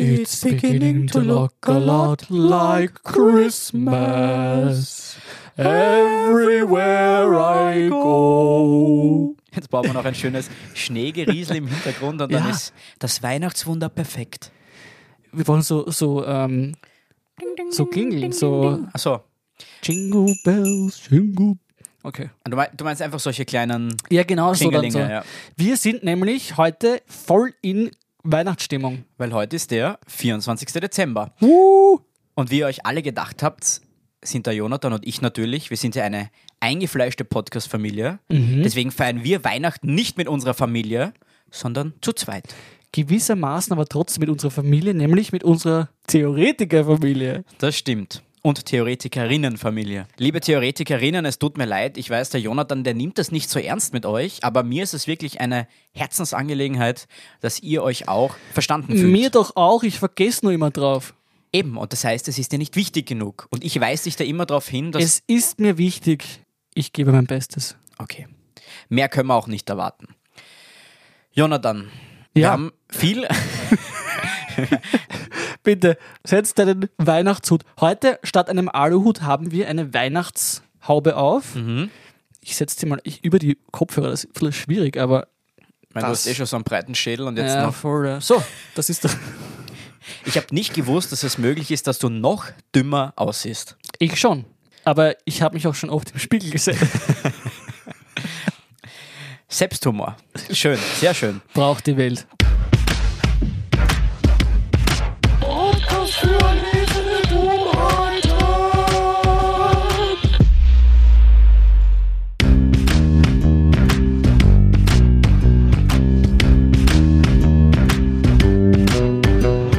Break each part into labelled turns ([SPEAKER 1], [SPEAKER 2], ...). [SPEAKER 1] It's beginning to look a lot like Christmas everywhere I go.
[SPEAKER 2] Jetzt brauchen wir noch ein schönes Schneegeriesel im Hintergrund und dann
[SPEAKER 1] Ja.
[SPEAKER 2] ist das Weihnachtswunder perfekt.
[SPEAKER 1] Wir wollen so, so, ähm, so klingeln, so
[SPEAKER 2] Achso,
[SPEAKER 1] Jingle Bells, Jingle. Okay.
[SPEAKER 2] du mei- du meinst einfach solche kleinen
[SPEAKER 1] Ja, genau so. Dann
[SPEAKER 2] Klingelinge,
[SPEAKER 1] so.
[SPEAKER 2] ja.
[SPEAKER 1] Wir sind nämlich heute voll in Weihnachtsstimmung.
[SPEAKER 2] Weil heute ist der 24. Dezember.
[SPEAKER 1] Woo!
[SPEAKER 2] Und wie ihr euch alle gedacht habt, sind da Jonathan und ich natürlich. Wir sind ja eine eingefleischte Podcast-Familie. Deswegen feiern wir Weihnachten nicht mit unserer Familie, sondern zu zweit.
[SPEAKER 1] Gewissermaßen aber trotzdem mit unserer Familie, nämlich mit unserer Theoretikerfamilie.
[SPEAKER 2] Das stimmt. Und Theoretikerinnenfamilie. Liebe Theoretikerinnen, es tut mir leid. Ich weiß, der Jonathan, der nimmt das nicht so ernst mit euch, aber mir ist es wirklich eine Herzensangelegenheit, dass ihr euch auch verstanden fühlt.
[SPEAKER 1] Mir doch auch, ich vergesse nur immer drauf.
[SPEAKER 2] Eben, und das heißt, es ist dir nicht wichtig genug. Und ich weise dich da immer darauf hin, dass.
[SPEAKER 1] es ist mir wichtig. Ich gebe mein Bestes.
[SPEAKER 2] okay. Mehr können wir auch nicht erwarten. Jonathan, wir
[SPEAKER 1] Ja.
[SPEAKER 2] haben viel.
[SPEAKER 1] Bitte, setz deinen Weihnachtshut. Heute statt einem Aluhut haben wir eine Weihnachtshaube auf. Ich setze sie mal ich, über die Kopfhörer, das ist vielleicht schwierig, aber
[SPEAKER 2] Ich meine, du hast eh schon so einen breiten Schädel und jetzt
[SPEAKER 1] Ja,
[SPEAKER 2] noch.
[SPEAKER 1] voll, ja. so, das ist doch.
[SPEAKER 2] Ich habe nicht gewusst, dass es möglich ist, dass du noch dümmer aussiehst.
[SPEAKER 1] Ich schon. Aber ich habe mich auch schon oft im Spiegel gesehen.
[SPEAKER 2] Selbsthumor. Schön, sehr schön.
[SPEAKER 1] Braucht die Welt.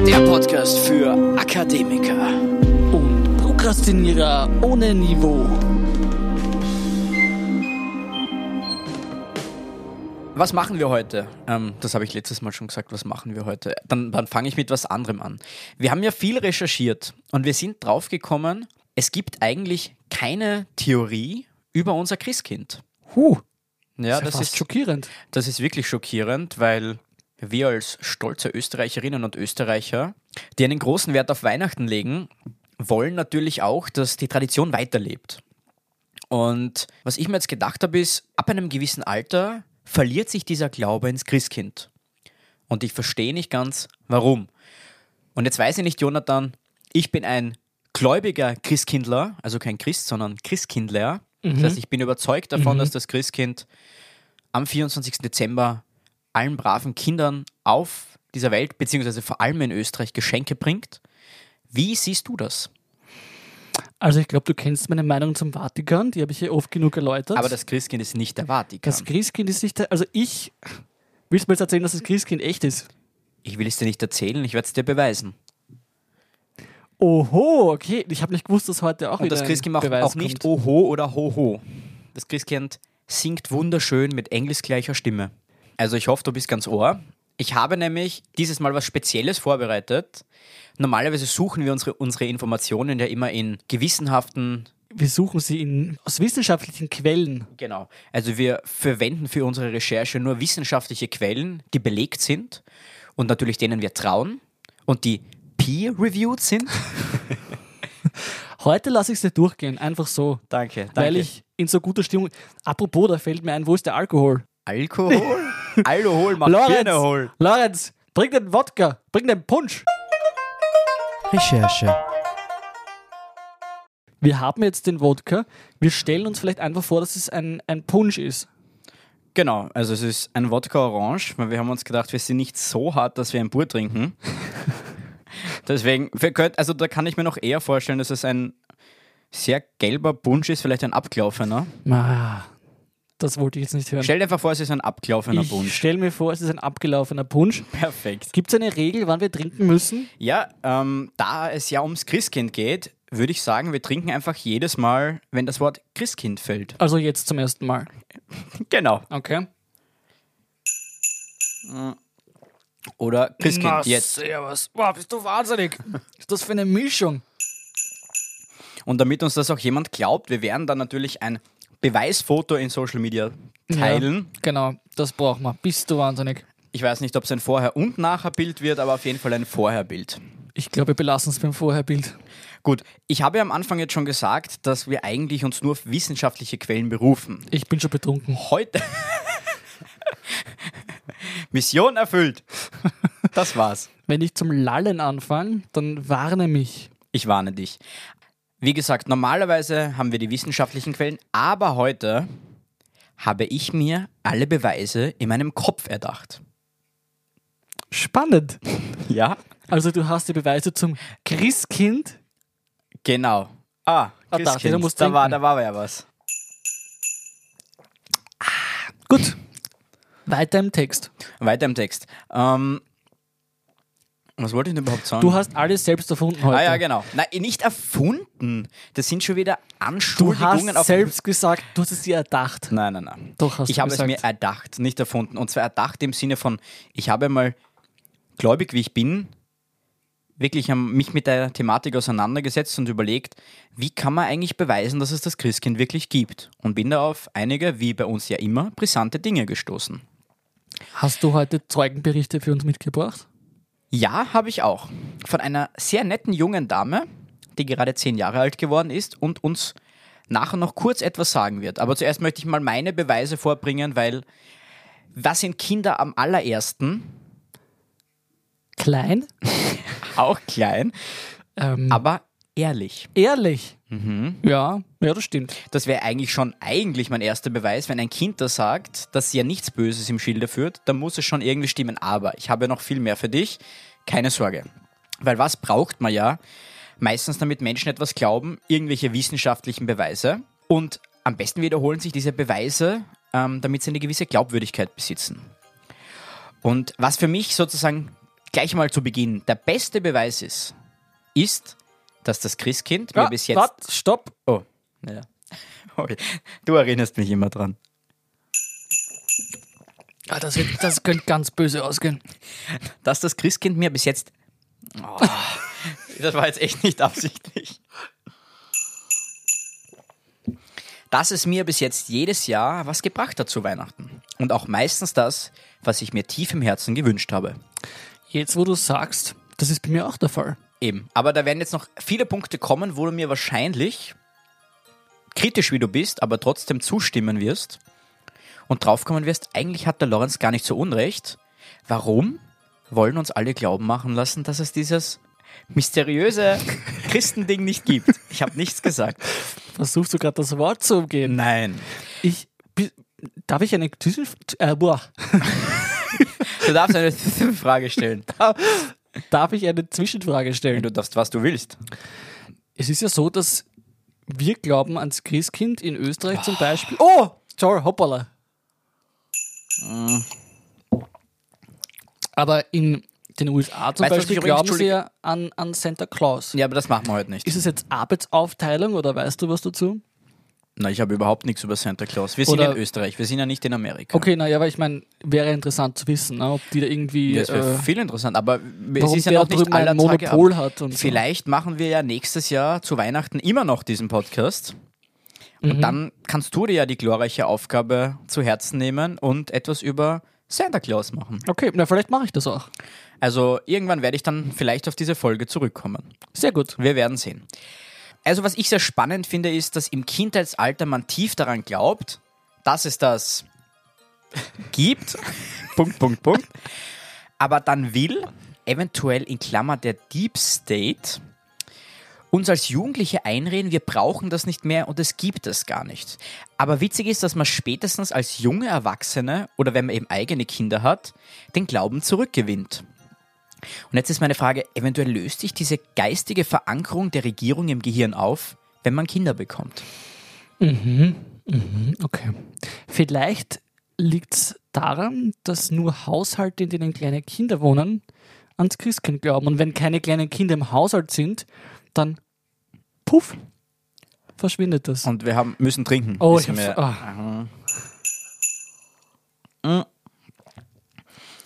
[SPEAKER 2] Der Podcast für Akademiker.
[SPEAKER 1] Und Prokrastinierer ohne Niveau.
[SPEAKER 2] Was machen wir heute? Ähm, das habe ich letztes Mal schon gesagt, was machen wir heute? Dann, dann fange ich mit was anderem an. Wir haben ja viel recherchiert und wir sind draufgekommen, es gibt eigentlich keine Theorie über unser Christkind.
[SPEAKER 1] Huh, das,
[SPEAKER 2] Ja, das
[SPEAKER 1] fast ist
[SPEAKER 2] ist,
[SPEAKER 1] schockierend.
[SPEAKER 2] das ist wirklich schockierend, weil wir als stolze Österreicherinnen und Österreicher, die einen großen Wert auf Weihnachten legen, wollen natürlich auch, dass die Tradition weiterlebt. Und was ich mir jetzt gedacht habe, ist, ab einem gewissen Alter verliert sich dieser Glaube ins Christkind. Und ich verstehe nicht ganz, warum. Und jetzt weiß ich nicht, Jonathan, ich bin ein gläubiger Christkindler, also kein Christ, sondern Christkindler. Das heißt, ich bin überzeugt davon, dass das Christkind am 24. Dezember allen braven Kindern auf dieser Welt, beziehungsweise vor allem in Österreich, Geschenke bringt. Wie siehst du das?
[SPEAKER 1] Also ich glaube, du kennst meine Meinung zum Vatikan, die habe ich ja oft genug erläutert.
[SPEAKER 2] Aber das Christkind ist nicht der Vatikan.
[SPEAKER 1] Das Christkind ist nicht der. Also ich. Willst du mir jetzt erzählen, dass das Christkind echt ist?
[SPEAKER 2] Ich will es dir nicht erzählen, ich werde es dir beweisen.
[SPEAKER 1] Oho, okay. Ich habe nicht gewusst, dass heute auch
[SPEAKER 2] Und
[SPEAKER 1] wieder
[SPEAKER 2] das
[SPEAKER 1] ein
[SPEAKER 2] Christkind macht
[SPEAKER 1] Beweis
[SPEAKER 2] auch nicht
[SPEAKER 1] Kommt.
[SPEAKER 2] Oho oder Hoho. Das Christkind singt wunderschön mit engelsgleicher Stimme. Also ich hoffe, du bist ganz ohr. Ich habe nämlich dieses Mal was Spezielles vorbereitet. Normalerweise suchen wir unsere, unsere Informationen ja immer in gewissenhaften,
[SPEAKER 1] Wir suchen sie in, aus wissenschaftlichen Quellen.
[SPEAKER 2] genau, also wir verwenden für unsere Recherche nur wissenschaftliche Quellen, die belegt sind und natürlich denen wir trauen und die peer-reviewed sind.
[SPEAKER 1] Heute lasse ich es nicht durchgehen, einfach so.
[SPEAKER 2] Danke, danke.
[SPEAKER 1] Weil ich in so guter Stimmung. Apropos, da fällt mir ein, wo ist der Alkohol?
[SPEAKER 2] Alkohol? Alkohol macht Birne hohl.
[SPEAKER 1] Lorenz! Lorenz, bring den Wodka, bring den Punsch!
[SPEAKER 3] Recherche.
[SPEAKER 1] Wir haben jetzt den Wodka. Wir stellen uns vielleicht einfach vor, dass es ein, ein Punsch ist.
[SPEAKER 2] Genau, also es ist ein Wodka Orange, weil wir haben uns gedacht, wir sind nicht so hart, dass wir ein Bur trinken. Deswegen, wir könnt, also da kann ich mir noch eher vorstellen, dass es ein sehr gelber Punsch ist, vielleicht ein abgelaufener.
[SPEAKER 1] Ah, das wollte ich jetzt nicht hören.
[SPEAKER 2] Stell dir einfach vor, es ist ein abgelaufener
[SPEAKER 1] Ich
[SPEAKER 2] Punsch.
[SPEAKER 1] stelle mir vor, es ist ein abgelaufener Punsch.
[SPEAKER 2] Perfekt.
[SPEAKER 1] Gibt es eine Regel, wann wir trinken müssen?
[SPEAKER 2] Ja, ähm, da es ja ums Christkind geht, würde ich sagen, wir trinken einfach jedes Mal, wenn das Wort Christkind fällt.
[SPEAKER 1] Also jetzt zum ersten Mal.
[SPEAKER 2] Genau.
[SPEAKER 1] Okay.
[SPEAKER 2] Oder Christkind jetzt.
[SPEAKER 1] Servus. Boah, bist du wahnsinnig. ist das für eine Mischung?
[SPEAKER 2] Und damit uns das auch jemand glaubt, wir werden dann natürlich ein Beweisfoto in Social Media teilen.
[SPEAKER 1] Genau, das brauchen wir. Bist du wahnsinnig.
[SPEAKER 2] Ich weiß nicht, ob es ein Vorher- und Nachher-Bild wird, aber auf jeden Fall ein Vorher-Bild.
[SPEAKER 1] Ich glaube, wir belassen es beim Vorherbild.
[SPEAKER 2] Gut, ich habe ja am Anfang jetzt schon gesagt, dass wir eigentlich uns nur auf wissenschaftliche Quellen berufen.
[SPEAKER 1] Ich bin schon betrunken.
[SPEAKER 2] Heute. Mission erfüllt. Das war's.
[SPEAKER 1] Wenn ich zum Lallen anfange, dann warne mich.
[SPEAKER 2] Ich warne dich. Wie gesagt, normalerweise haben wir die wissenschaftlichen Quellen, aber heute habe ich mir alle Beweise in meinem Kopf erdacht.
[SPEAKER 1] Spannend.
[SPEAKER 2] Ja,
[SPEAKER 1] Also du hast die Beweise zum Christkind.
[SPEAKER 2] genau. Ah,
[SPEAKER 1] Ah,
[SPEAKER 2] Christkind,
[SPEAKER 1] dachte, du musst
[SPEAKER 2] da, war,
[SPEAKER 1] trinken.
[SPEAKER 2] da war ja was.
[SPEAKER 1] Gut. Weiter im Text.
[SPEAKER 2] Weiter im Text. Ähm, was wollte ich denn überhaupt sagen?
[SPEAKER 1] Du hast alles selbst erfunden heute.
[SPEAKER 2] ah ja, genau. Nein, nicht erfunden. Das sind schon wieder
[SPEAKER 1] Du hast
[SPEAKER 2] Anschuldigungen auf
[SPEAKER 1] selbst gesagt, du hast es dir erdacht.
[SPEAKER 2] Nein, nein, nein.
[SPEAKER 1] Doch, hast
[SPEAKER 2] ich
[SPEAKER 1] du
[SPEAKER 2] habe es
[SPEAKER 1] gesagt.
[SPEAKER 2] mir erdacht, nicht erfunden. Und zwar erdacht im Sinne von, ich habe mal, gläubig wie ich bin, wirklich am- mich mit der Thematik auseinandergesetzt und überlegt, wie kann man eigentlich beweisen, dass es das Christkind wirklich gibt? Und bin da auf einige, wie bei uns ja immer, brisante Dinge gestoßen.
[SPEAKER 1] Hast du heute Zeugenberichte für uns mitgebracht?
[SPEAKER 2] Ja, habe ich auch. Von einer sehr netten jungen Dame, die gerade zehn Jahre alt geworden ist und uns nachher noch kurz etwas sagen wird. Aber zuerst möchte ich mal meine Beweise vorbringen, weil was sind Kinder am allerersten?
[SPEAKER 1] Klein?
[SPEAKER 2] Auch klein,
[SPEAKER 1] Ähm,
[SPEAKER 2] aber ehrlich.
[SPEAKER 1] ehrlich.
[SPEAKER 2] Mhm.
[SPEAKER 1] Ja, ja, das stimmt.
[SPEAKER 2] Das wäre eigentlich schon eigentlich mein erster Beweis, wenn ein Kind da sagt, dass sie ja nichts Böses im Schilde führt, dann muss es schon irgendwie stimmen. Aber ich habe ja noch viel mehr für dich. Keine Sorge. Weil was braucht man ja? Meistens damit Menschen etwas glauben, irgendwelche wissenschaftlichen Beweise. Und am besten wiederholen sich diese Beweise, ähm, damit sie eine gewisse Glaubwürdigkeit besitzen. Und was für mich sozusagen gleich mal zu Beginn der beste Beweis ist, ist, dass das Christkind mir bis jetzt
[SPEAKER 1] Wart, stopp.
[SPEAKER 2] Oh, ja. Okay. Du erinnerst mich immer dran.
[SPEAKER 1] Ah, das, wird, das könnte ganz böse ausgehen.
[SPEAKER 2] Dass das Christkind mir bis jetzt. Oh, das war jetzt echt nicht absichtlich. Dass es mir bis jetzt jedes Jahr was gebracht hat zu Weihnachten. Und auch meistens das, was ich mir tief im Herzen gewünscht habe.
[SPEAKER 1] Jetzt, wo du sagst, das ist bei mir auch der Fall.
[SPEAKER 2] Eben. Aber da werden jetzt noch viele Punkte kommen, wo du mir wahrscheinlich, kritisch wie du bist, aber trotzdem zustimmen wirst und draufkommen wirst, eigentlich hat der Lorenz gar nicht so unrecht. Warum wollen uns alle glauben machen lassen, dass es dieses mysteriöse Christending nicht gibt? Ich habe nichts gesagt.
[SPEAKER 1] Versuchst du gerade das Wort zu umgehen?
[SPEAKER 2] Nein.
[SPEAKER 1] Ich. bi- Darf ich eine Zwischenf- äh, boah.
[SPEAKER 2] Du darfst eine Frage stellen.
[SPEAKER 1] Darf ich eine Zwischenfrage stellen?
[SPEAKER 2] Du darfst, was du willst.
[SPEAKER 1] Es ist ja so, dass wir glauben ans Christkind in Österreich zum Beispiel. Oh! Sorry, hoppala.
[SPEAKER 2] Ah.
[SPEAKER 1] Aber in den USA zum
[SPEAKER 2] Weißt du, was
[SPEAKER 1] Beispiel
[SPEAKER 2] ich übrigens-
[SPEAKER 1] glauben sie ja an, an Santa Claus.
[SPEAKER 2] Ja, aber das machen wir heute nicht.
[SPEAKER 1] Ist es jetzt Arbeitsaufteilung oder weißt du was dazu?
[SPEAKER 2] Na, ich habe überhaupt nichts über Santa Claus. Wir
[SPEAKER 1] Oder-
[SPEAKER 2] sind in Österreich, wir sind ja nicht in Amerika.
[SPEAKER 1] Okay, naja, aber ich meine, wäre interessant zu wissen, ne, ob die da irgendwie.
[SPEAKER 2] Das wäre
[SPEAKER 1] äh,
[SPEAKER 2] viel interessant, aber es
[SPEAKER 1] warum
[SPEAKER 2] ist ja
[SPEAKER 1] der
[SPEAKER 2] noch nicht
[SPEAKER 1] drüben
[SPEAKER 2] aller
[SPEAKER 1] ein
[SPEAKER 2] Tage
[SPEAKER 1] Monopol
[SPEAKER 2] ab.
[SPEAKER 1] hat und so.
[SPEAKER 2] Vielleicht machen wir ja nächstes Jahr zu Weihnachten immer noch diesen Podcast. Und
[SPEAKER 1] Mhm.
[SPEAKER 2] dann kannst du dir ja die glorreiche Aufgabe zu Herzen nehmen und etwas über Santa Claus machen.
[SPEAKER 1] okay, na, vielleicht mache ich das auch.
[SPEAKER 2] Also irgendwann werde ich dann vielleicht auf diese Folge zurückkommen.
[SPEAKER 1] Sehr gut.
[SPEAKER 2] Wir werden sehen. Also was ich sehr spannend finde, ist, dass im Kindheitsalter man tief daran glaubt, dass es das gibt. Punkt, Punkt, Punkt. Aber dann will, eventuell in Klammer der Deep State, uns als Jugendliche einreden, wir brauchen das nicht mehr und es gibt es gar nicht. Aber witzig ist, dass man spätestens als junge Erwachsene oder wenn man eben eigene Kinder hat, den Glauben zurückgewinnt. Und jetzt ist meine Frage, eventuell löst sich diese geistige Verankerung der Regierung im Gehirn auf, wenn man Kinder bekommt.
[SPEAKER 1] Hm, Okay. Vielleicht liegt es daran, dass nur Haushalte, in denen kleine Kinder wohnen, ans Christkind glauben. Und wenn keine kleinen Kinder im Haushalt sind, dann puff, verschwindet das.
[SPEAKER 2] Und wir haben, müssen trinken.
[SPEAKER 1] Oh, ich
[SPEAKER 2] Ist
[SPEAKER 1] hab's,
[SPEAKER 2] mir-
[SPEAKER 1] ah,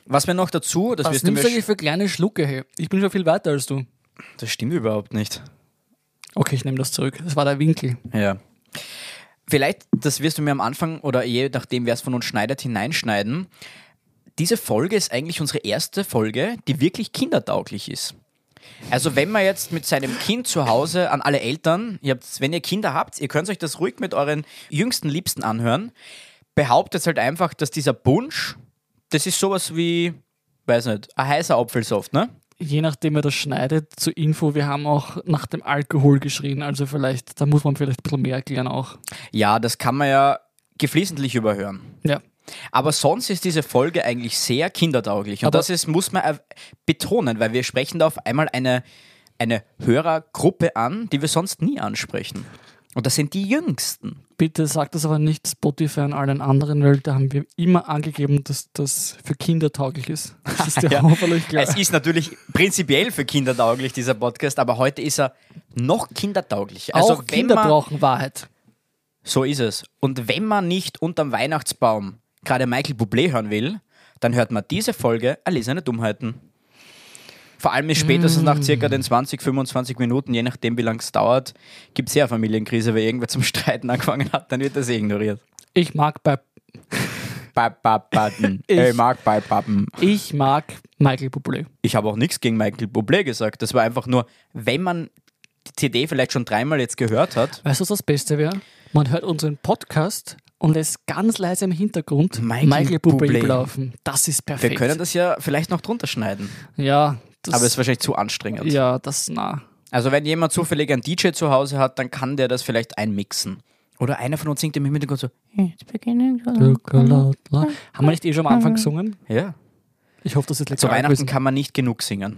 [SPEAKER 2] Was wir noch dazu, das
[SPEAKER 1] was
[SPEAKER 2] wirst du mir
[SPEAKER 1] nimmst du eigentlich
[SPEAKER 2] sch-
[SPEAKER 1] für kleine Schlucke? Hey? Ich bin schon viel weiter als du.
[SPEAKER 2] Das stimmt überhaupt nicht.
[SPEAKER 1] Okay, ich nehme das zurück. Das war der Winkel.
[SPEAKER 2] Ja. Vielleicht, das wirst du mir am Anfang oder je nachdem, wer es von uns schneidet, hineinschneiden. diese Folge ist eigentlich unsere erste Folge, die wirklich kindertauglich ist. Also wenn man jetzt mit seinem Kind zu Hause an alle Eltern, ihr habt, wenn ihr Kinder habt, ihr könnt euch das ruhig mit euren jüngsten Liebsten anhören, behauptet halt einfach, dass dieser Bunsch, das ist sowas wie, weiß nicht, ein heißer Apfelsaft, ne?
[SPEAKER 1] Je nachdem, wer das schneidet, zur Info, wir haben auch nach dem Alkohol geschrien. Also vielleicht, da muss man vielleicht ein bisschen mehr erklären auch.
[SPEAKER 2] Ja, das kann man ja geflissentlich überhören.
[SPEAKER 1] Ja.
[SPEAKER 2] Aber sonst ist diese Folge eigentlich sehr kindertauglich. Und
[SPEAKER 1] Aber-
[SPEAKER 2] das ist, muss man er- betonen, weil wir sprechen da auf einmal eine, eine Hörergruppe an, die wir sonst nie ansprechen. Und das sind die Jüngsten.
[SPEAKER 1] Bitte sagt das aber nicht Spotify und allen anderen, weil da haben wir immer angegeben, dass das für Kinder tauglich ist. Das ist ja,
[SPEAKER 2] Ja. Also,
[SPEAKER 1] hoffentlich klar.
[SPEAKER 2] Es ist natürlich prinzipiell für kindertauglich, dieser Podcast, aber heute ist er noch kindertauglicher.
[SPEAKER 1] auch Kinder
[SPEAKER 2] also man,
[SPEAKER 1] brauchen Wahrheit.
[SPEAKER 2] So ist es. Und wenn man nicht unterm Weihnachtsbaum gerade Michael Bublé hören will, dann hört man diese Folge Erlesene Dummheiten. Vor allem ist spätestens
[SPEAKER 1] Mm.
[SPEAKER 2] nach circa den 20, 25 Minuten, je nachdem wie lange es dauert, gibt es ja eine Familienkrise, weil irgendwer zum Streiten angefangen hat, dann wird das eh ignoriert.
[SPEAKER 1] Ich mag bei
[SPEAKER 2] Pappen.
[SPEAKER 1] Ich-
[SPEAKER 2] Ich mag bei Pappen.
[SPEAKER 1] ich mag Michael Bublé.
[SPEAKER 2] Ich habe auch nichts gegen Michael Bublé gesagt. Das war einfach nur, wenn man die CD vielleicht schon dreimal jetzt gehört hat,
[SPEAKER 1] Weißt du, was das Beste wäre? Man hört unseren Podcast und lässt ganz leise im Hintergrund
[SPEAKER 2] Michael
[SPEAKER 1] Michael, Bublé,
[SPEAKER 2] Bublé.
[SPEAKER 1] laufen. Das ist
[SPEAKER 2] wir
[SPEAKER 1] perfekt.
[SPEAKER 2] können das ja vielleicht noch drunter schneiden.
[SPEAKER 1] ja, das,
[SPEAKER 2] Aber es ist wahrscheinlich zu anstrengend.
[SPEAKER 1] ja, das na.
[SPEAKER 2] Also wenn jemand zufällig einen DJ zu Hause hat, dann kann der das vielleicht einmixen. Oder einer von uns singt im Hintergrund so.
[SPEAKER 1] Haben wir nicht eh schon am Anfang gesungen?
[SPEAKER 2] Ja.
[SPEAKER 1] Ich hoffe, das ist lecker.
[SPEAKER 2] Zu Weihnachten kann man nicht genug singen.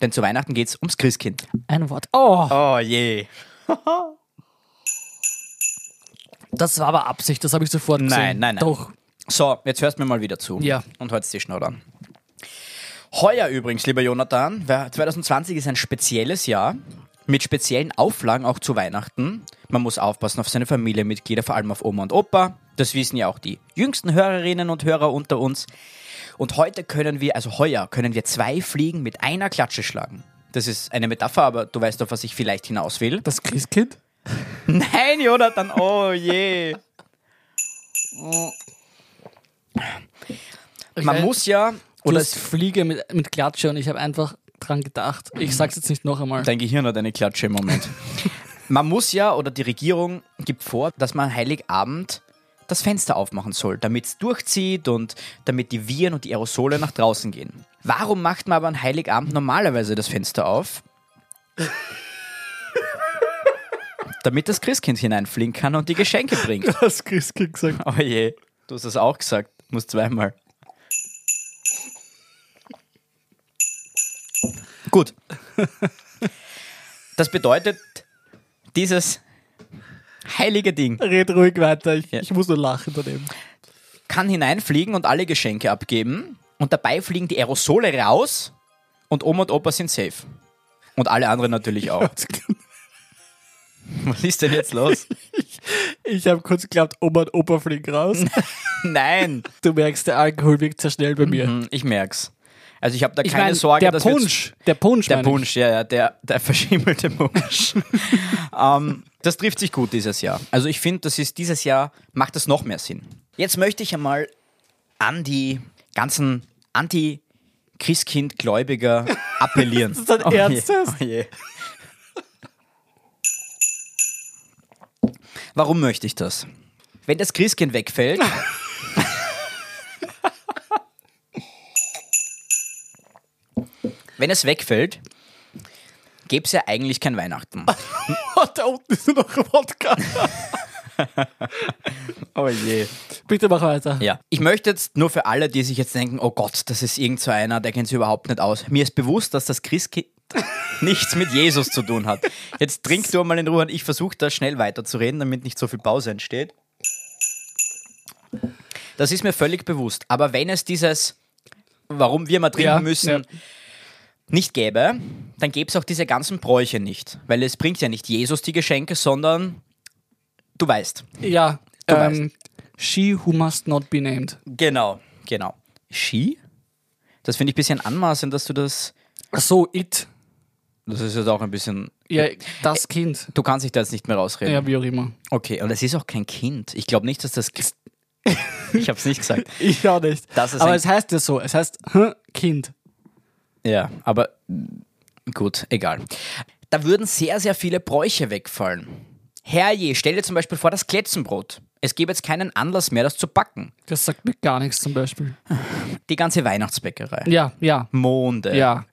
[SPEAKER 2] Denn zu Weihnachten geht's ums Christkind.
[SPEAKER 1] Ein Wort. Oh,
[SPEAKER 2] Oh je.
[SPEAKER 1] das war aber Absicht, das habe ich sofort gesehen.
[SPEAKER 2] Nein, nein, nein.
[SPEAKER 1] Doch,
[SPEAKER 2] So, jetzt hörst du mir mal wieder zu.
[SPEAKER 1] Ja.
[SPEAKER 2] Und halt's die Schnauze an. Heuer übrigens, lieber Jonathan, weil 2020 ist ein spezielles Jahr mit speziellen Auflagen auch zu Weihnachten. Man muss aufpassen auf seine Familienmitglieder, vor allem auf Oma und Opa. Das wissen ja auch die jüngsten Hörerinnen und Hörer unter uns. Und heute können wir, also heuer, können wir zwei Fliegen mit einer Klatsche schlagen. Das ist eine Metapher, aber du weißt auf was ich vielleicht hinaus will.
[SPEAKER 1] das Christkind?
[SPEAKER 2] Nein, Jonathan, oh je. Man
[SPEAKER 1] Ich-
[SPEAKER 2] muss ja,
[SPEAKER 1] Du
[SPEAKER 2] oder
[SPEAKER 1] hast Fliege mit, mit Klatsche und ich habe einfach dran gedacht.
[SPEAKER 2] Mhm.
[SPEAKER 1] Ich sag's jetzt nicht noch einmal.
[SPEAKER 2] Dein Gehirn hat eine Klatsche im Moment. Man muss ja, oder die Regierung gibt vor, dass man Heiligabend das Fenster aufmachen soll, damit es durchzieht und damit die Viren und die Aerosole nach draußen gehen. Warum macht man aber an Heiligabend normalerweise das Fenster auf? damit das Christkind hineinfliegen kann und die Geschenke bringt.
[SPEAKER 1] Das Christkind gesagt.
[SPEAKER 2] Oh je, du hast das auch gesagt. Muss zweimal. Gut. Das bedeutet, dieses heilige Ding
[SPEAKER 1] Red ruhig weiter, ich,
[SPEAKER 2] Ja.
[SPEAKER 1] ich muss nur lachen daneben.
[SPEAKER 2] kann hineinfliegen und alle Geschenke abgeben. Und dabei fliegen die Aerosole raus und Oma und Opa sind safe. Und alle anderen natürlich auch. Was ist denn jetzt los?
[SPEAKER 1] Ich habe kurz geglaubt, Oma und Opa fliegen raus.
[SPEAKER 2] Nein,
[SPEAKER 1] Du merkst, der Alkohol wirkt sehr schnell bei mir.
[SPEAKER 2] Hm, ich merk's. Also ich habe da
[SPEAKER 1] Ich
[SPEAKER 2] keine
[SPEAKER 1] meine,
[SPEAKER 2] Sorge,
[SPEAKER 1] der
[SPEAKER 2] dass wir jetzt-
[SPEAKER 1] Punsch, der Punsch,
[SPEAKER 2] Der
[SPEAKER 1] meine ich.
[SPEAKER 2] Punsch, ja, ja, der, der verschimmelte Punsch. ähm, das trifft sich gut dieses Jahr. Also ich finde, das ist dieses Jahr macht das noch mehr Sinn. Jetzt möchte ich einmal an die ganzen Anti-Christkind-Gläubiger appellieren. das
[SPEAKER 1] ist dein Ernst jetzt?
[SPEAKER 2] Oh je. Warum möchte ich das? Wenn das Christkind wegfällt, wenn es wegfällt, gäbe es ja eigentlich kein Weihnachten.
[SPEAKER 1] da unten ist nur noch ein Wodka.
[SPEAKER 2] Oh je.
[SPEAKER 1] Bitte mach weiter.
[SPEAKER 2] Ja. Ich möchte jetzt nur für alle, die sich jetzt denken, oh Gott, das ist irgend so einer, der kennt sich überhaupt nicht aus. Mir ist bewusst, dass das Christkind nichts mit Jesus zu tun hat. Jetzt trink du mal in Ruhe und ich versuche da schnell weiterzureden, damit nicht so viel Pause entsteht. Das ist mir völlig bewusst. Aber wenn es dieses, warum wir mal trinken
[SPEAKER 1] Ja,
[SPEAKER 2] müssen,
[SPEAKER 1] ja.
[SPEAKER 2] nicht gäbe, dann gäbe es auch diese ganzen Bräuche nicht. Weil es bringt ja nicht Jesus die Geschenke, sondern du weißt.
[SPEAKER 1] Ja,
[SPEAKER 2] Du
[SPEAKER 1] ähm, She who must not be named.
[SPEAKER 2] Genau, genau. Ski? Das finde ich ein bisschen anmaßend, dass du das.
[SPEAKER 1] Ach so, it.
[SPEAKER 2] Das ist jetzt auch ein bisschen.
[SPEAKER 1] Ja, das Kind.
[SPEAKER 2] Du kannst dich da jetzt nicht mehr rausreden.
[SPEAKER 1] Ja, wie auch immer.
[SPEAKER 2] Okay, und es ist auch kein Kind. Ich glaube nicht, dass das. Ich habe es nicht gesagt.
[SPEAKER 1] Ich auch nicht.
[SPEAKER 2] Das ist
[SPEAKER 1] Aber
[SPEAKER 2] ein-
[SPEAKER 1] es heißt ja so, es heißt hm, Kind.
[SPEAKER 2] Ja, aber mm, gut, egal. Da würden sehr, sehr viele Bräuche wegfallen. Herrje, stell dir zum Beispiel vor, das Kletzenbrot. Es gäbe jetzt keinen Anlass mehr, das zu backen.
[SPEAKER 1] Das sagt mir gar nichts zum Beispiel.
[SPEAKER 2] Die ganze Weihnachtsbäckerei.
[SPEAKER 1] Ja, ja,
[SPEAKER 2] Monde,
[SPEAKER 1] ja.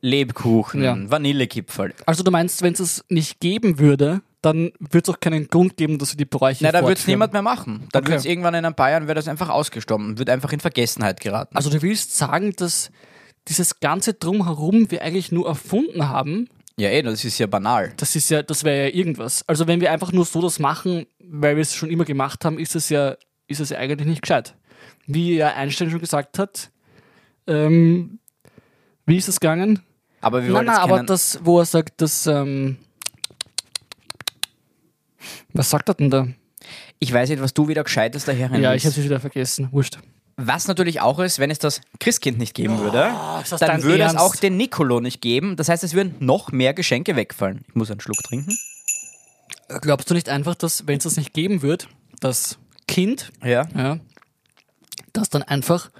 [SPEAKER 2] Lebkuchen,
[SPEAKER 1] Ja.
[SPEAKER 2] Vanillekipferl.
[SPEAKER 1] Also du meinst, wenn es es nicht geben würde, dann würde es auch keinen Grund geben, dass wir die Bräuche
[SPEAKER 2] Na, da würde es
[SPEAKER 1] fortführen.
[SPEAKER 2] niemand mehr machen. Dann
[SPEAKER 1] Okay.
[SPEAKER 2] würde es irgendwann in ein paar Jahren wäre das einfach ausgestorben und wird einfach in Vergessenheit geraten.
[SPEAKER 1] Also du willst sagen, dass dieses ganze Drumherum wir eigentlich nur erfunden haben,
[SPEAKER 2] ja, eh, das ist ja banal.
[SPEAKER 1] das ist ja, das wäre ja irgendwas. Also wenn wir einfach nur so das machen, weil wir es schon immer gemacht haben, ist es ja, ist es ja eigentlich nicht gescheit. Wie ja Einstein schon gesagt hat, ähm, wie ist es gegangen?
[SPEAKER 2] Aber wir
[SPEAKER 1] Nein,
[SPEAKER 2] wollen
[SPEAKER 1] nein,
[SPEAKER 2] jetzt
[SPEAKER 1] aber
[SPEAKER 2] keinen-
[SPEAKER 1] das, wo er sagt, dass, ähm, was sagt er denn da?
[SPEAKER 2] Ich weiß nicht, was du wieder Gescheites daher
[SPEAKER 1] Ja, ich
[SPEAKER 2] willst.
[SPEAKER 1] hab's wieder vergessen. Wurscht.
[SPEAKER 2] Was natürlich auch ist, wenn es das Christkind nicht geben würde,
[SPEAKER 1] ist das
[SPEAKER 2] dann
[SPEAKER 1] dein
[SPEAKER 2] würde es
[SPEAKER 1] Ernst?
[SPEAKER 2] auch den Nicolo nicht geben. Das heißt, es würden noch mehr Geschenke wegfallen. Ich muss einen Schluck trinken.
[SPEAKER 1] Glaubst du nicht einfach, dass, wenn es das nicht geben wird, das Kind,
[SPEAKER 2] Ja.
[SPEAKER 1] ja, dass dann einfach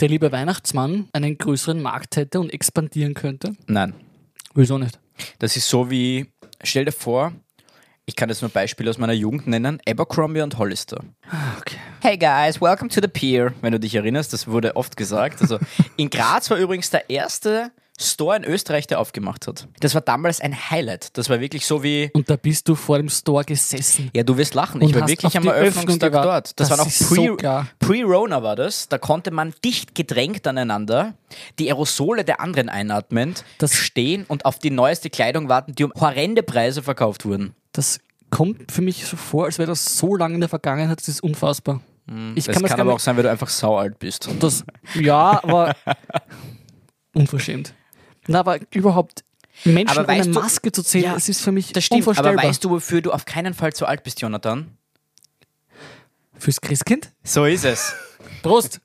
[SPEAKER 1] der liebe Weihnachtsmann einen größeren Markt hätte und expandieren könnte?
[SPEAKER 2] Nein.
[SPEAKER 1] Wieso nicht?
[SPEAKER 2] Das ist so wie, stell dir vor, ich kann jetzt nur Beispiele aus meiner Jugend nennen, Abercrombie und Hollister.
[SPEAKER 1] Okay.
[SPEAKER 2] Hey guys, welcome to the pier. Wenn du dich erinnerst, das wurde oft gesagt. Also in Graz war übrigens der erste Store in Österreich, der aufgemacht hat. Das war damals ein Highlight. Das war wirklich so wie,
[SPEAKER 1] Und da bist du vor dem Store gesessen.
[SPEAKER 2] Ja, du wirst lachen.
[SPEAKER 1] Und
[SPEAKER 2] Ich war
[SPEAKER 1] hast
[SPEAKER 2] wirklich
[SPEAKER 1] auf
[SPEAKER 2] am
[SPEAKER 1] die Öffnung
[SPEAKER 2] Eröffnungstag
[SPEAKER 1] gewartet.
[SPEAKER 2] dort. Das,
[SPEAKER 1] Das
[SPEAKER 2] war noch
[SPEAKER 1] ist
[SPEAKER 2] pre-
[SPEAKER 1] so geil.
[SPEAKER 2] Pre-Rona war das. Da konnte man dicht gedrängt aneinander die Aerosole der anderen einatmend
[SPEAKER 1] Das-
[SPEAKER 2] stehen und auf die neueste Kleidung warten, die um horrende Preise verkauft wurden.
[SPEAKER 1] Das kommt für mich so vor, als wäre das so lange in der Vergangenheit, das ist unfassbar. Ich
[SPEAKER 2] Hm, das kann,
[SPEAKER 1] gar
[SPEAKER 2] aber auch
[SPEAKER 1] nicht-
[SPEAKER 2] sein, weil du einfach saualt bist.
[SPEAKER 1] Das, ja, aber unverschämt. Na, aber überhaupt Menschen
[SPEAKER 2] Aber weißt
[SPEAKER 1] ohne
[SPEAKER 2] du-
[SPEAKER 1] Maske zu zählen,
[SPEAKER 2] Ja,
[SPEAKER 1] das ist für mich
[SPEAKER 2] Das stimmt, aber
[SPEAKER 1] unvorstellbar.
[SPEAKER 2] weißt du, wofür du auf keinen Fall zu alt bist, Jonathan?
[SPEAKER 1] Fürs Christkind?
[SPEAKER 2] So ist es.
[SPEAKER 1] Prost!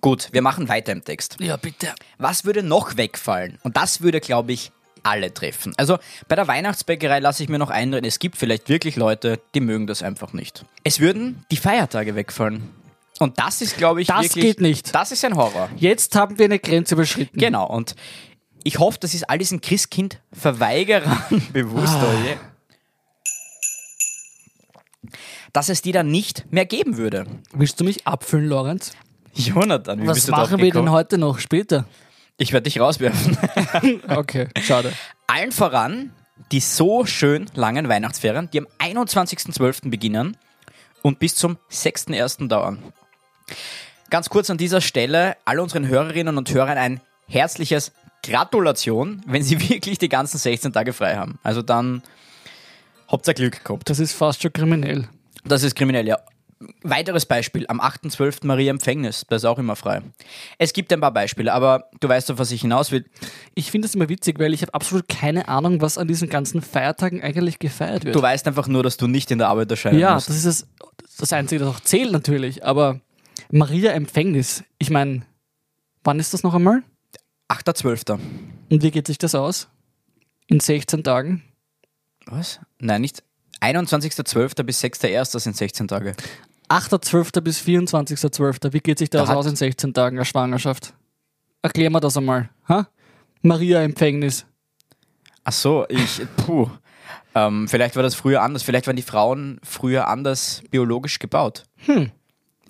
[SPEAKER 2] Gut, wir machen weiter im Text.
[SPEAKER 1] Ja, bitte.
[SPEAKER 2] Was würde noch wegfallen? Und das würde, glaube ich, alle treffen. Also bei der Weihnachtsbäckerei lasse ich mir noch einreden, es gibt vielleicht wirklich Leute, die mögen das einfach nicht. Es würden die Feiertage wegfallen. Und das ist, glaube ich,
[SPEAKER 1] Das
[SPEAKER 2] wirklich,
[SPEAKER 1] geht nicht.
[SPEAKER 2] Das ist ein Horror.
[SPEAKER 1] Jetzt haben wir eine Grenze überschritten.
[SPEAKER 2] Genau. Und ich hoffe, das ist all diesen Christkind-Verweigerern bewusst. oh je. Dass es die dann nicht mehr geben würde.
[SPEAKER 1] Willst du mich abfüllen, Lorenz?
[SPEAKER 2] Jonathan, wie
[SPEAKER 1] Was
[SPEAKER 2] bist du drauf
[SPEAKER 1] machen wir denn
[SPEAKER 2] gekommen?
[SPEAKER 1] heute noch später?
[SPEAKER 2] Ich werde dich rauswerfen.
[SPEAKER 1] Okay, schade.
[SPEAKER 2] Allen voran die so schön langen Weihnachtsferien, die am 21.12. beginnen und bis zum 6.1. dauern. Ganz kurz an dieser Stelle all unseren Hörerinnen und Hörern ein herzliches Gratulation, wenn sie wirklich die ganzen 16 Tage frei haben. Also dann habt ihr Glück gehabt.
[SPEAKER 1] Das ist fast schon kriminell.
[SPEAKER 2] Das ist kriminell, ja. Weiteres Beispiel, am 8.12. Maria Empfängnis, das ist auch immer frei. Es gibt ein paar Beispiele, aber du weißt, auf was ich hinaus will.
[SPEAKER 1] Ich finde das immer witzig, weil ich habe absolut keine Ahnung, was an diesen ganzen Feiertagen eigentlich gefeiert wird.
[SPEAKER 2] Du weißt einfach nur, dass du nicht in der Arbeit erscheinen
[SPEAKER 1] ja,
[SPEAKER 2] musst.
[SPEAKER 1] das ist das, das Einzige, das auch zählt natürlich. Aber Maria Empfängnis, ich meine, wann ist das noch einmal?
[SPEAKER 2] 8.12.
[SPEAKER 1] Und wie geht sich das aus? In 16 Tagen?
[SPEAKER 2] Was? Nein, nicht. 21.12. bis 6.1. sind 16 Tage.
[SPEAKER 1] 8.12. bis 24.12. Wie geht sich das
[SPEAKER 2] Da hat-
[SPEAKER 1] aus in 16 Tagen der Schwangerschaft? Erklär mir das einmal. Ha? Maria Empfängnis.
[SPEAKER 2] Ach so, ich. Puh. Ähm, vielleicht war das früher anders. Vielleicht waren die Frauen früher anders biologisch gebaut.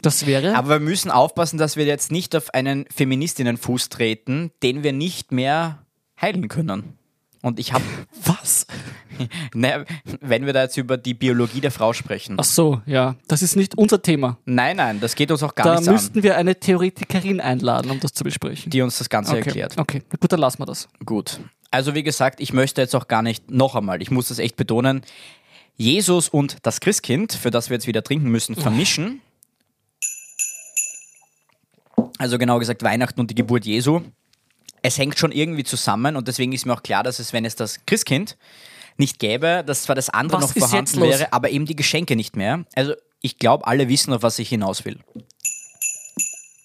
[SPEAKER 1] Das wäre.
[SPEAKER 2] Aber wir müssen aufpassen, dass wir jetzt nicht auf einen Feministinnenfuß treten, den wir nicht mehr heilen können. Und ich habe,
[SPEAKER 1] was?
[SPEAKER 2] naja, wenn wir da jetzt über die Biologie der Frau sprechen.
[SPEAKER 1] Ach so, ja. Das ist nicht unser Thema.
[SPEAKER 2] Nein, nein, das geht uns auch gar
[SPEAKER 1] Da
[SPEAKER 2] nichts an,
[SPEAKER 1] müssten wir eine Theoretikerin einladen, um das zu besprechen.
[SPEAKER 2] die uns das Ganze
[SPEAKER 1] okay.
[SPEAKER 2] erklärt.
[SPEAKER 1] Okay, Na gut, dann lassen wir das.
[SPEAKER 2] Gut. Also wie gesagt, ich möchte jetzt auch gar nicht noch einmal, ich muss das echt betonen, Jesus und das Christkind, für das wir jetzt wieder trinken müssen, vermischen. Also genau gesagt Weihnachten und die Geburt Jesu. Es hängt schon irgendwie zusammen und deswegen ist mir auch klar, dass es, wenn es das Christkind nicht gäbe, dass zwar das andere
[SPEAKER 1] Was
[SPEAKER 2] noch
[SPEAKER 1] ist
[SPEAKER 2] vorhanden
[SPEAKER 1] jetzt los?
[SPEAKER 2] wäre, aber eben die Geschenke nicht mehr. Also ich glaube, alle wissen, auf was ich hinaus will.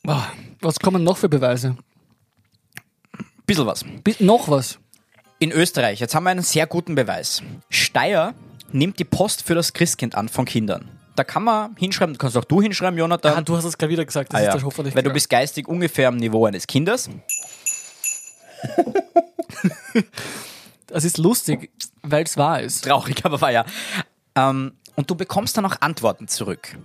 [SPEAKER 1] Boah, Was kommen noch für Beweise?
[SPEAKER 2] Bisschen was.
[SPEAKER 1] Bi noch was?
[SPEAKER 2] In Österreich, jetzt haben wir einen sehr guten Beweis. Steyr nimmt die Post für das Christkind an von Kindern. Da kann man hinschreiben, kannst auch du hinschreiben, Jonathan.
[SPEAKER 1] Ah, du hast es gerade wieder gesagt, das
[SPEAKER 2] Ah
[SPEAKER 1] ist
[SPEAKER 2] ja,
[SPEAKER 1] der Hofer nicht
[SPEAKER 2] Weil du
[SPEAKER 1] gegangen.
[SPEAKER 2] bist geistig ungefähr am Niveau eines Kindes.
[SPEAKER 1] Es ist lustig, weil es wahr ist.
[SPEAKER 2] Traurig, aber war ja. Ähm, und du bekommst dann auch Antworten zurück.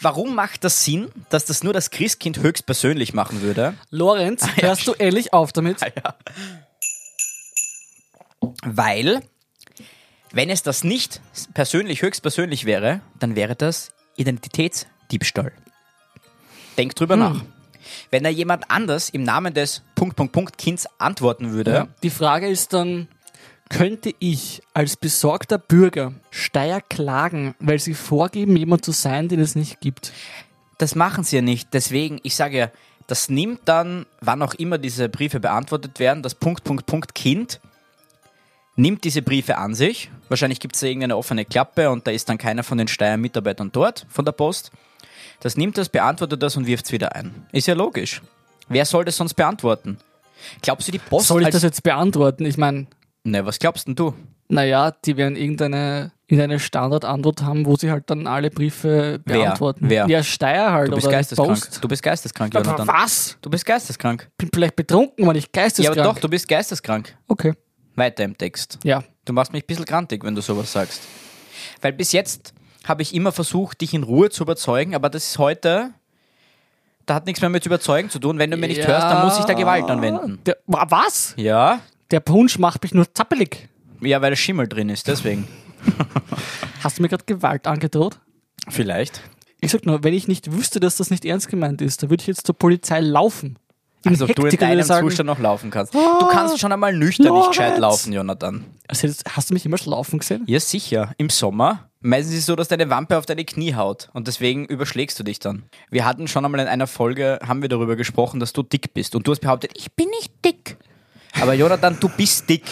[SPEAKER 2] Warum macht das Sinn, dass das nur das Christkind höchstpersönlich machen würde?
[SPEAKER 1] Lorenz,
[SPEAKER 2] Ah, ja.
[SPEAKER 1] hörst du ehrlich auf damit?
[SPEAKER 2] Weil, wenn es das nicht persönlich, höchstpersönlich wäre, dann wäre das Identitätsdiebstahl. Denk drüber nach. Wenn da jemand anders im Namen des Punkt, Punkt, Punkt Kinds antworten würde,
[SPEAKER 1] Die Frage ist dann, könnte ich als besorgter Bürger Steier klagen, weil sie vorgeben, jemand zu sein, den es nicht gibt?
[SPEAKER 2] das machen sie ja nicht. Deswegen, ich sage ja, das nimmt dann, wann auch immer diese Briefe beantwortet werden, das Punkt, Punkt, Punkt Kind nimmt diese Briefe an sich. Wahrscheinlich gibt es da irgendeine offene Klappe und da ist dann keiner von den Steyr-Mitarbeitern dort, von der Post. Das nimmt das, beantwortet das und wirft es wieder ein. Ist ja logisch. Wer soll das sonst beantworten? Glaubst du, die Post
[SPEAKER 1] Soll ich
[SPEAKER 2] als...
[SPEAKER 1] das jetzt beantworten? Ich meine,
[SPEAKER 2] Ne, was glaubst denn du?
[SPEAKER 1] naja, die werden irgendeine, irgendeine Standardantwort haben, wo sie halt dann alle Briefe
[SPEAKER 2] Wer?
[SPEAKER 1] beantworten.
[SPEAKER 2] Wer?
[SPEAKER 1] Ja, Steier halt
[SPEAKER 2] Du bist
[SPEAKER 1] oder
[SPEAKER 2] geisteskrank.
[SPEAKER 1] Post.
[SPEAKER 2] Du bist geisteskrank,
[SPEAKER 1] Aber
[SPEAKER 2] Jonathan.
[SPEAKER 1] was?
[SPEAKER 2] Du bist geisteskrank.
[SPEAKER 1] Bin vielleicht betrunken, weil ich
[SPEAKER 2] Ja,
[SPEAKER 1] geisteskrank
[SPEAKER 2] aber doch, du bist geisteskrank.
[SPEAKER 1] Okay.
[SPEAKER 2] Weiter im Text.
[SPEAKER 1] Ja.
[SPEAKER 2] Du machst mich ein bisschen grantig, wenn du sowas sagst. Weil bis jetzt habe ich immer versucht, dich in Ruhe zu überzeugen, aber das ist heute. Da hat nichts mehr mit überzeugen zu tun. Wenn du mir nicht
[SPEAKER 1] Ja.
[SPEAKER 2] hörst, dann muss ich da Gewalt anwenden.
[SPEAKER 1] Der, wa- was?
[SPEAKER 2] Ja?
[SPEAKER 1] Der Punsch macht mich nur zappelig.
[SPEAKER 2] Ja, weil der Schimmel drin ist, deswegen.
[SPEAKER 1] Hast du mir gerade Gewalt angedroht?
[SPEAKER 2] Vielleicht.
[SPEAKER 1] Ich sag nur, wenn ich nicht wüsste, dass das nicht ernst gemeint ist, dann würde ich jetzt zur Polizei laufen. In
[SPEAKER 2] Also, ob du in
[SPEAKER 1] Hektik würde
[SPEAKER 2] deinem
[SPEAKER 1] ich sagen,
[SPEAKER 2] Zustand noch laufen kannst. Du kannst schon einmal nüchtern nicht gescheit
[SPEAKER 1] Lorenz!
[SPEAKER 2] laufen, Jonathan.
[SPEAKER 1] Also jetzt, hast du mich immer schon laufen gesehen?
[SPEAKER 2] Ja, sicher. Im Sommer. Meistens ist es so, dass deine Wampe auf deine Knie haut und deswegen überschlägst du dich dann. Wir hatten schon einmal in einer Folge, haben wir darüber gesprochen, dass du dick bist und du hast behauptet, ich bin nicht dick. Aber Jonathan, du bist dick.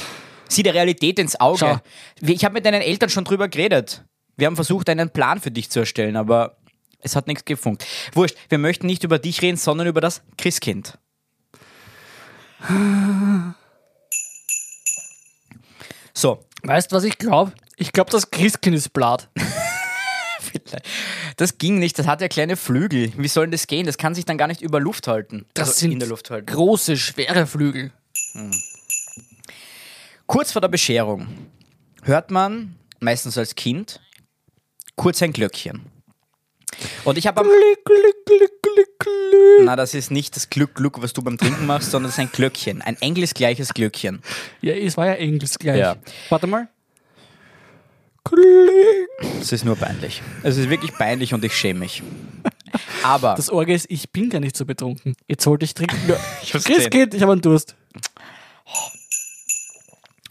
[SPEAKER 2] Sieh der Realität ins Auge.
[SPEAKER 1] Schau.
[SPEAKER 2] Wir- Ich habe mit deinen Eltern schon drüber geredet. Wir haben versucht, einen Plan für dich zu erstellen, aber es hat nichts gefunkt. Wurscht, wir möchten nicht über dich reden, sondern über das Christkind. So,
[SPEAKER 1] Weißt du, was ich glaube? Ich glaube, das Christkind ist blatt.
[SPEAKER 2] Also Das ging nicht, das hat ja kleine Flügel. Wie soll denn das gehen? Das kann sich dann gar nicht über Luft halten.
[SPEAKER 1] Das
[SPEAKER 2] also
[SPEAKER 1] sind
[SPEAKER 2] in der Luft halten.
[SPEAKER 1] große, schwere Flügel.
[SPEAKER 2] Kurz vor der Bescherung hört man, meistens als Kind, kurz ein Glöckchen. Und ich habe am.
[SPEAKER 1] Glück, Glück, Glück, Glück, Glück.
[SPEAKER 2] Na, das ist nicht das Glück, Glück, was du beim Trinken machst, sondern das ist ein Glöckchen. Ein engelsgleiches Glöckchen.
[SPEAKER 1] Ja, es war ja Englisch gleich.
[SPEAKER 2] Ja.
[SPEAKER 1] Warte mal. Glück.
[SPEAKER 2] Es ist nur peinlich. Es ist wirklich peinlich und ich schäme mich. Aber.
[SPEAKER 1] Das Orgel ist, ich bin gar nicht so betrunken. Jetzt wollte ich trinken.
[SPEAKER 2] Ich hab's gesehen.
[SPEAKER 1] Christkind, ich habe einen Durst.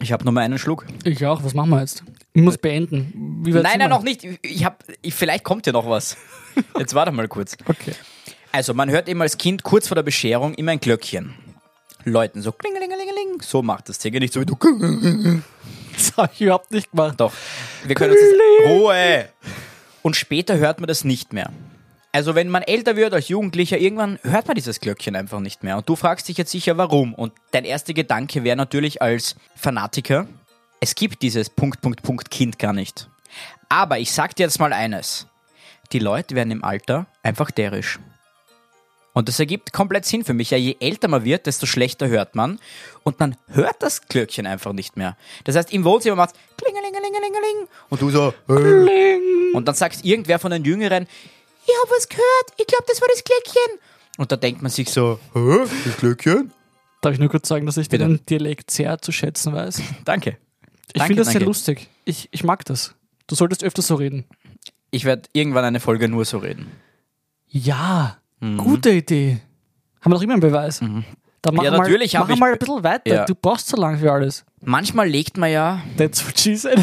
[SPEAKER 2] ich habe nur mal einen Schluck.
[SPEAKER 1] Ich auch, was machen wir jetzt? Ich muss beenden. Wie wird's
[SPEAKER 2] Nein, nein,
[SPEAKER 1] immer?
[SPEAKER 2] noch nicht. Ich hab, ich, vielleicht kommt ja noch was. Jetzt warte mal kurz.
[SPEAKER 1] Okay.
[SPEAKER 2] Also man hört eben als Kind kurz vor der Bescherung immer ein Glöckchen. Läuten so klingelingelingeling. So macht das Tiger nicht so wie du.
[SPEAKER 1] Das habe ich überhaupt nicht gemacht.
[SPEAKER 2] Doch. Wir können uns das Ruhe. Und später hört man das nicht mehr. Also wenn man älter wird als Jugendlicher, irgendwann hört man dieses Glöckchen einfach nicht mehr. Und du fragst dich jetzt sicher, warum. Und dein erster Gedanke wäre natürlich als Fanatiker, es gibt dieses Punkt, Punkt, Punkt Kind gar nicht. Aber ich sag dir jetzt mal eines. Die Leute werden im Alter einfach derisch. Und das ergibt komplett Sinn für mich. Ja, je älter man wird, desto schlechter hört man. Und man hört das Glöckchen einfach nicht mehr. Das heißt, im Wohnzimmer macht's klingelingelingelingeling. Und du so. Äh. Und dann sagt irgendwer von den Jüngeren, ich hab was gehört, ich glaube, das war das Glöckchen. Und da denkt man sich so, hä, das Glöckchen?
[SPEAKER 1] Darf ich nur kurz sagen, dass ich
[SPEAKER 2] Bitte.
[SPEAKER 1] den Dialekt sehr zu schätzen weiß?
[SPEAKER 2] Danke.
[SPEAKER 1] Ich
[SPEAKER 2] Danke,
[SPEAKER 1] finde das sehr
[SPEAKER 2] danke.
[SPEAKER 1] lustig. Ich, ich mag das. Du solltest öfter so reden.
[SPEAKER 2] Ich werde irgendwann eine Folge nur so reden.
[SPEAKER 1] Ja, gute Idee. Mhm. Haben wir doch immer einen Beweis. Dann mach
[SPEAKER 2] Mhm. Ja,
[SPEAKER 1] mal,
[SPEAKER 2] natürlich hab
[SPEAKER 1] mach
[SPEAKER 2] ich-
[SPEAKER 1] mal ein bisschen weiter.
[SPEAKER 2] Ja.
[SPEAKER 1] Du brauchst so lange für alles.
[SPEAKER 2] Manchmal legt man ja,
[SPEAKER 1] That's what she said.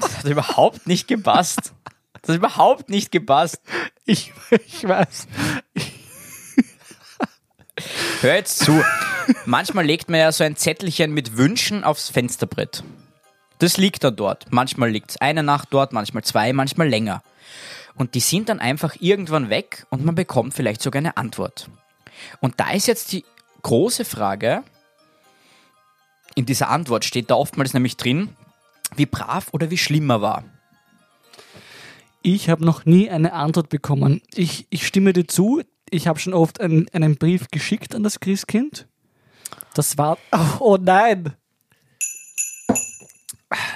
[SPEAKER 2] das hat überhaupt nicht gepasst. Das hat überhaupt nicht gepasst.
[SPEAKER 1] Ich, ich weiß.
[SPEAKER 2] Hör jetzt zu. Manchmal legt man ja so ein Zettelchen mit Wünschen aufs Fensterbrett. Das liegt dann dort. Manchmal liegt es eine Nacht dort, manchmal zwei, manchmal länger. Und die sind dann einfach irgendwann weg und man bekommt vielleicht sogar eine Antwort. Und da ist jetzt die große Frage, in dieser Antwort steht da oftmals nämlich drin, wie brav oder wie schlimm er war.
[SPEAKER 1] Ich habe noch nie eine Antwort bekommen. Ich, ich stimme dir zu, ich habe schon oft einen, einen Brief geschickt an das Christkind. Das war. Oh, oh nein!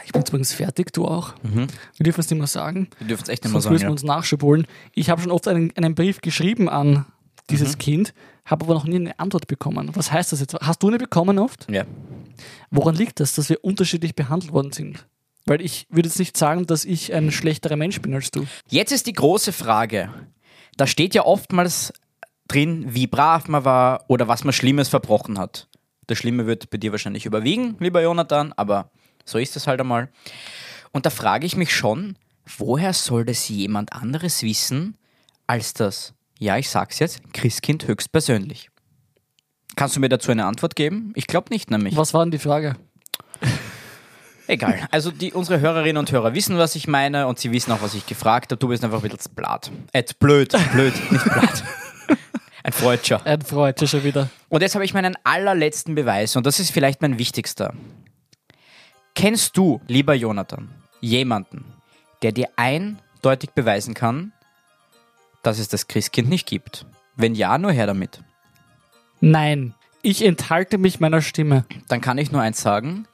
[SPEAKER 1] Ich bin jetzt übrigens fertig, du auch. Wir dürfen es nicht mehr sagen.
[SPEAKER 2] Wir dürfen es echt Mhm. nicht mehr
[SPEAKER 1] Sonst
[SPEAKER 2] sagen.
[SPEAKER 1] müssen wir
[SPEAKER 2] Ja.
[SPEAKER 1] uns Nachschub holen. Ich habe schon oft einen, einen Brief geschrieben an dieses
[SPEAKER 2] Mhm.
[SPEAKER 1] Kind, habe aber noch nie eine Antwort bekommen. Was heißt das jetzt? Hast du eine bekommen oft?
[SPEAKER 2] Ja.
[SPEAKER 1] Woran liegt das, dass wir unterschiedlich behandelt worden sind? Weil ich würde jetzt nicht sagen, dass ich ein schlechterer Mensch bin als du.
[SPEAKER 2] Jetzt ist die große Frage. Da steht ja oftmals drin, wie brav man war oder was man Schlimmes verbrochen hat. Das Schlimme wird bei dir wahrscheinlich überwiegen, lieber Jonathan, aber so ist es halt einmal. Und da frage ich mich schon, woher soll das jemand anderes wissen, als das, ja, ich sag's jetzt, Christkind höchstpersönlich? Kannst du mir dazu eine Antwort geben? Ich glaube nicht, nämlich.
[SPEAKER 1] Was war denn die Frage?
[SPEAKER 2] Egal. Also die, unsere Hörerinnen und Hörer wissen, was ich meine und sie wissen auch, was ich gefragt habe. Du bist einfach ein bisschen blatt. Äh, blöd, blöd, nicht blatt. Ein Freudscher.
[SPEAKER 1] Ein Freud, schon wieder.
[SPEAKER 2] Und jetzt habe ich meinen allerletzten Beweis und das ist vielleicht mein wichtigster. Kennst du, lieber Jonathan, jemanden, der dir eindeutig beweisen kann, dass es das Christkind nicht gibt? Wenn ja, nur her damit.
[SPEAKER 1] Nein, ich enthalte mich meiner Stimme.
[SPEAKER 2] Dann kann ich nur eins sagen,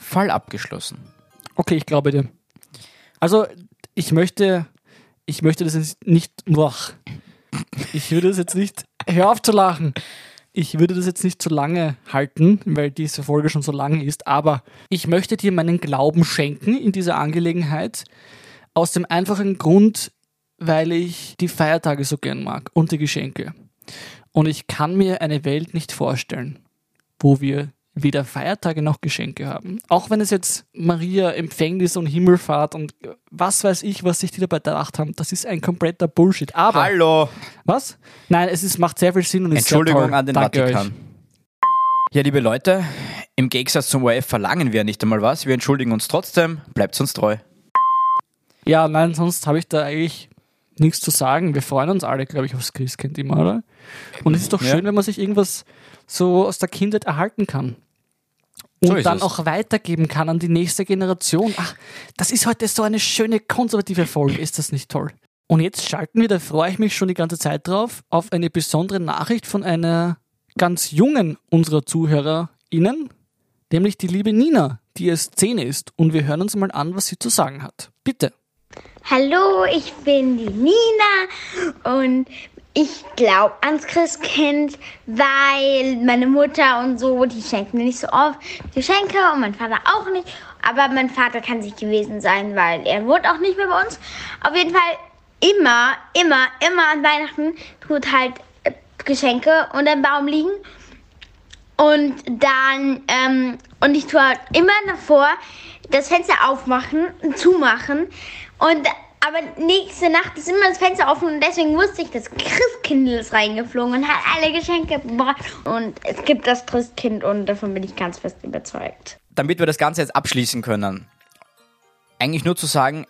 [SPEAKER 2] Fall abgeschlossen.
[SPEAKER 1] Okay, ich glaube dir. Also, ich möchte, ich möchte das jetzt nicht. Boah. Ich würde das jetzt nicht. Hör auf zu lachen. Ich würde das jetzt nicht zu lange halten, weil diese Folge schon so lang ist, aber ich möchte dir meinen Glauben schenken in dieser Angelegenheit. Aus dem einfachen Grund, weil ich die Feiertage so gern mag und die Geschenke. Und ich kann mir eine Welt nicht vorstellen, wo wir weder Feiertage noch Geschenke haben. Auch wenn es jetzt Maria Empfängnis und Himmelfahrt und was weiß ich, was sich die dabei gedacht haben, das ist ein kompletter Bullshit. Aber
[SPEAKER 2] Hallo!
[SPEAKER 1] was? Nein, es ist, macht sehr viel Sinn und ist
[SPEAKER 2] Entschuldigung
[SPEAKER 1] sehr toll.
[SPEAKER 2] an den
[SPEAKER 1] Danke
[SPEAKER 2] Vatikan.
[SPEAKER 1] Euch.
[SPEAKER 2] Ja, liebe Leute, im Gegensatz zum ORF verlangen wir nicht einmal was. Wir entschuldigen uns trotzdem. Bleibt uns treu.
[SPEAKER 1] Ja, nein, sonst habe ich da eigentlich nichts zu sagen. Wir freuen uns alle, glaube ich, aufs Christkind immer, oder? Und es ist doch
[SPEAKER 2] Ja.
[SPEAKER 1] schön, wenn man sich irgendwas so aus der Kindheit erhalten kann.
[SPEAKER 2] So
[SPEAKER 1] Und
[SPEAKER 2] ist
[SPEAKER 1] dann
[SPEAKER 2] es.
[SPEAKER 1] auch weitergeben kann an die nächste Generation. Ach, das ist heute so eine schöne konservative Folge. Ist das nicht toll? Und jetzt schalten wir, da freue ich mich schon die ganze Zeit drauf, auf eine besondere Nachricht von einer ganz jungen unserer ZuhörerInnen, nämlich die liebe Nina, die erst 10 ist. Und wir hören uns mal an, was sie zu sagen hat. Bitte.
[SPEAKER 4] Hallo, ich bin die Nina und ich glaube ans Christkind, weil meine Mutter und so, die schenken mir nicht so oft Geschenke und mein Vater auch nicht. Aber mein Vater kann sich gewesen sein, weil er wohnt auch nicht mehr bei uns. Auf jeden Fall immer, immer, immer an Weihnachten tut halt äh, Geschenke unter dem Baum liegen und dann, ähm, und ich tue halt immer davor, das Fenster aufmachen und zumachen. Und, aber nächste Nacht ist immer das Fenster offen und deswegen wusste ich, das Christkind ist reingeflogen und hat alle Geschenke gebracht. Und es gibt das Christkind und davon bin ich ganz fest überzeugt.
[SPEAKER 2] Damit wir das Ganze jetzt abschließen können, eigentlich nur zu sagen,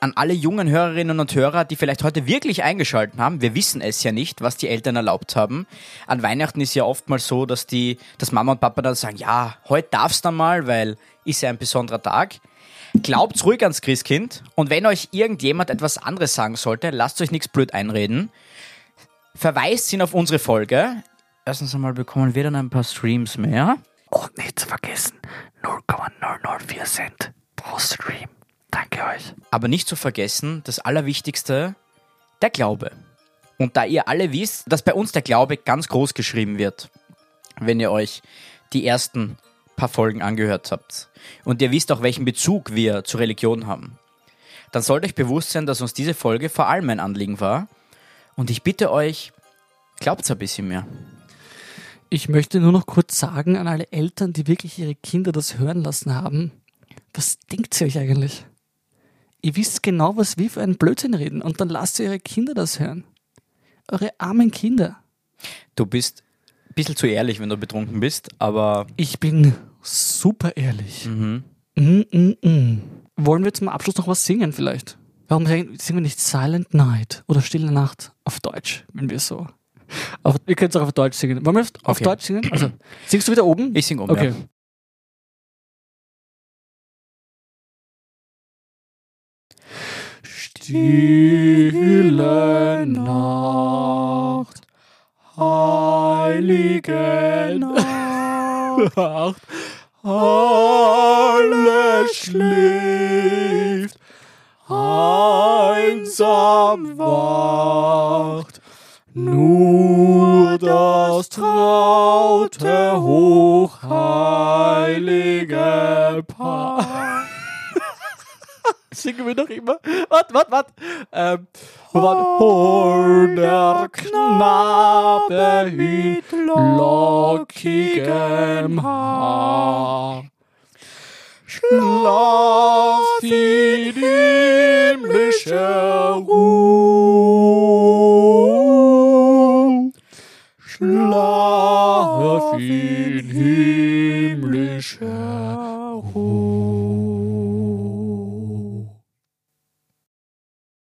[SPEAKER 2] an alle jungen Hörerinnen und Hörer, die vielleicht heute wirklich eingeschaltet haben, wir wissen es ja nicht, was die Eltern erlaubt haben. An Weihnachten ist ja oftmals so, dass die, dass Mama und Papa dann sagen, ja, heute darfst du mal, weil ist ja ein besonderer Tag. Glaubt ruhig ans Christkind und wenn euch irgendjemand etwas anderes sagen sollte, lasst euch nichts blöd einreden. Verweist ihn auf unsere Folge. Erstens einmal bekommen wir dann ein paar Streams mehr.
[SPEAKER 1] Und nicht zu vergessen, 0,004 Cent pro Stream. Danke euch.
[SPEAKER 2] Aber nicht zu vergessen, das Allerwichtigste, der Glaube. Und da ihr alle wisst, dass bei uns der Glaube ganz groß geschrieben wird, wenn ihr euch die ersten paar Folgen angehört habt und ihr wisst auch, welchen Bezug wir zur Religion haben, dann sollt euch bewusst sein, dass uns diese Folge vor allem ein Anliegen war. Und ich bitte euch, glaubt's ein bisschen mehr.
[SPEAKER 1] Ich möchte nur noch kurz sagen an alle Eltern, die wirklich ihre Kinder das hören lassen haben. Was denkt ihr euch eigentlich? Ihr wisst genau, was wir für einen Blödsinn reden und dann lasst ihr eure Kinder das hören. Eure armen Kinder.
[SPEAKER 2] Du bist ein bisschen zu ehrlich, wenn du betrunken bist, aber mhm.
[SPEAKER 1] Ich bin super ehrlich. Mm, mm, mm. Wollen wir zum Abschluss noch was singen vielleicht? Warum singen singen wir nicht Silent Night oder Stille Nacht auf Deutsch, wenn wir so... Auf, ihr könnt es auch auf Deutsch singen. Wollen wir auf, auf
[SPEAKER 2] Okay.
[SPEAKER 1] Deutsch singen? Also, singst du wieder oben?
[SPEAKER 2] ich sing um.
[SPEAKER 1] okay.
[SPEAKER 2] Ja.
[SPEAKER 1] Stille Nacht, heilige Nacht, alles schläft, einsam wacht, nur das traute, hochheilige Paar. Singen wir noch immer? Warte, warte, warte. Ähm, wo waren Hol der Knabe mit lockigem Haar. Schlaf in himmlischer Ruhe.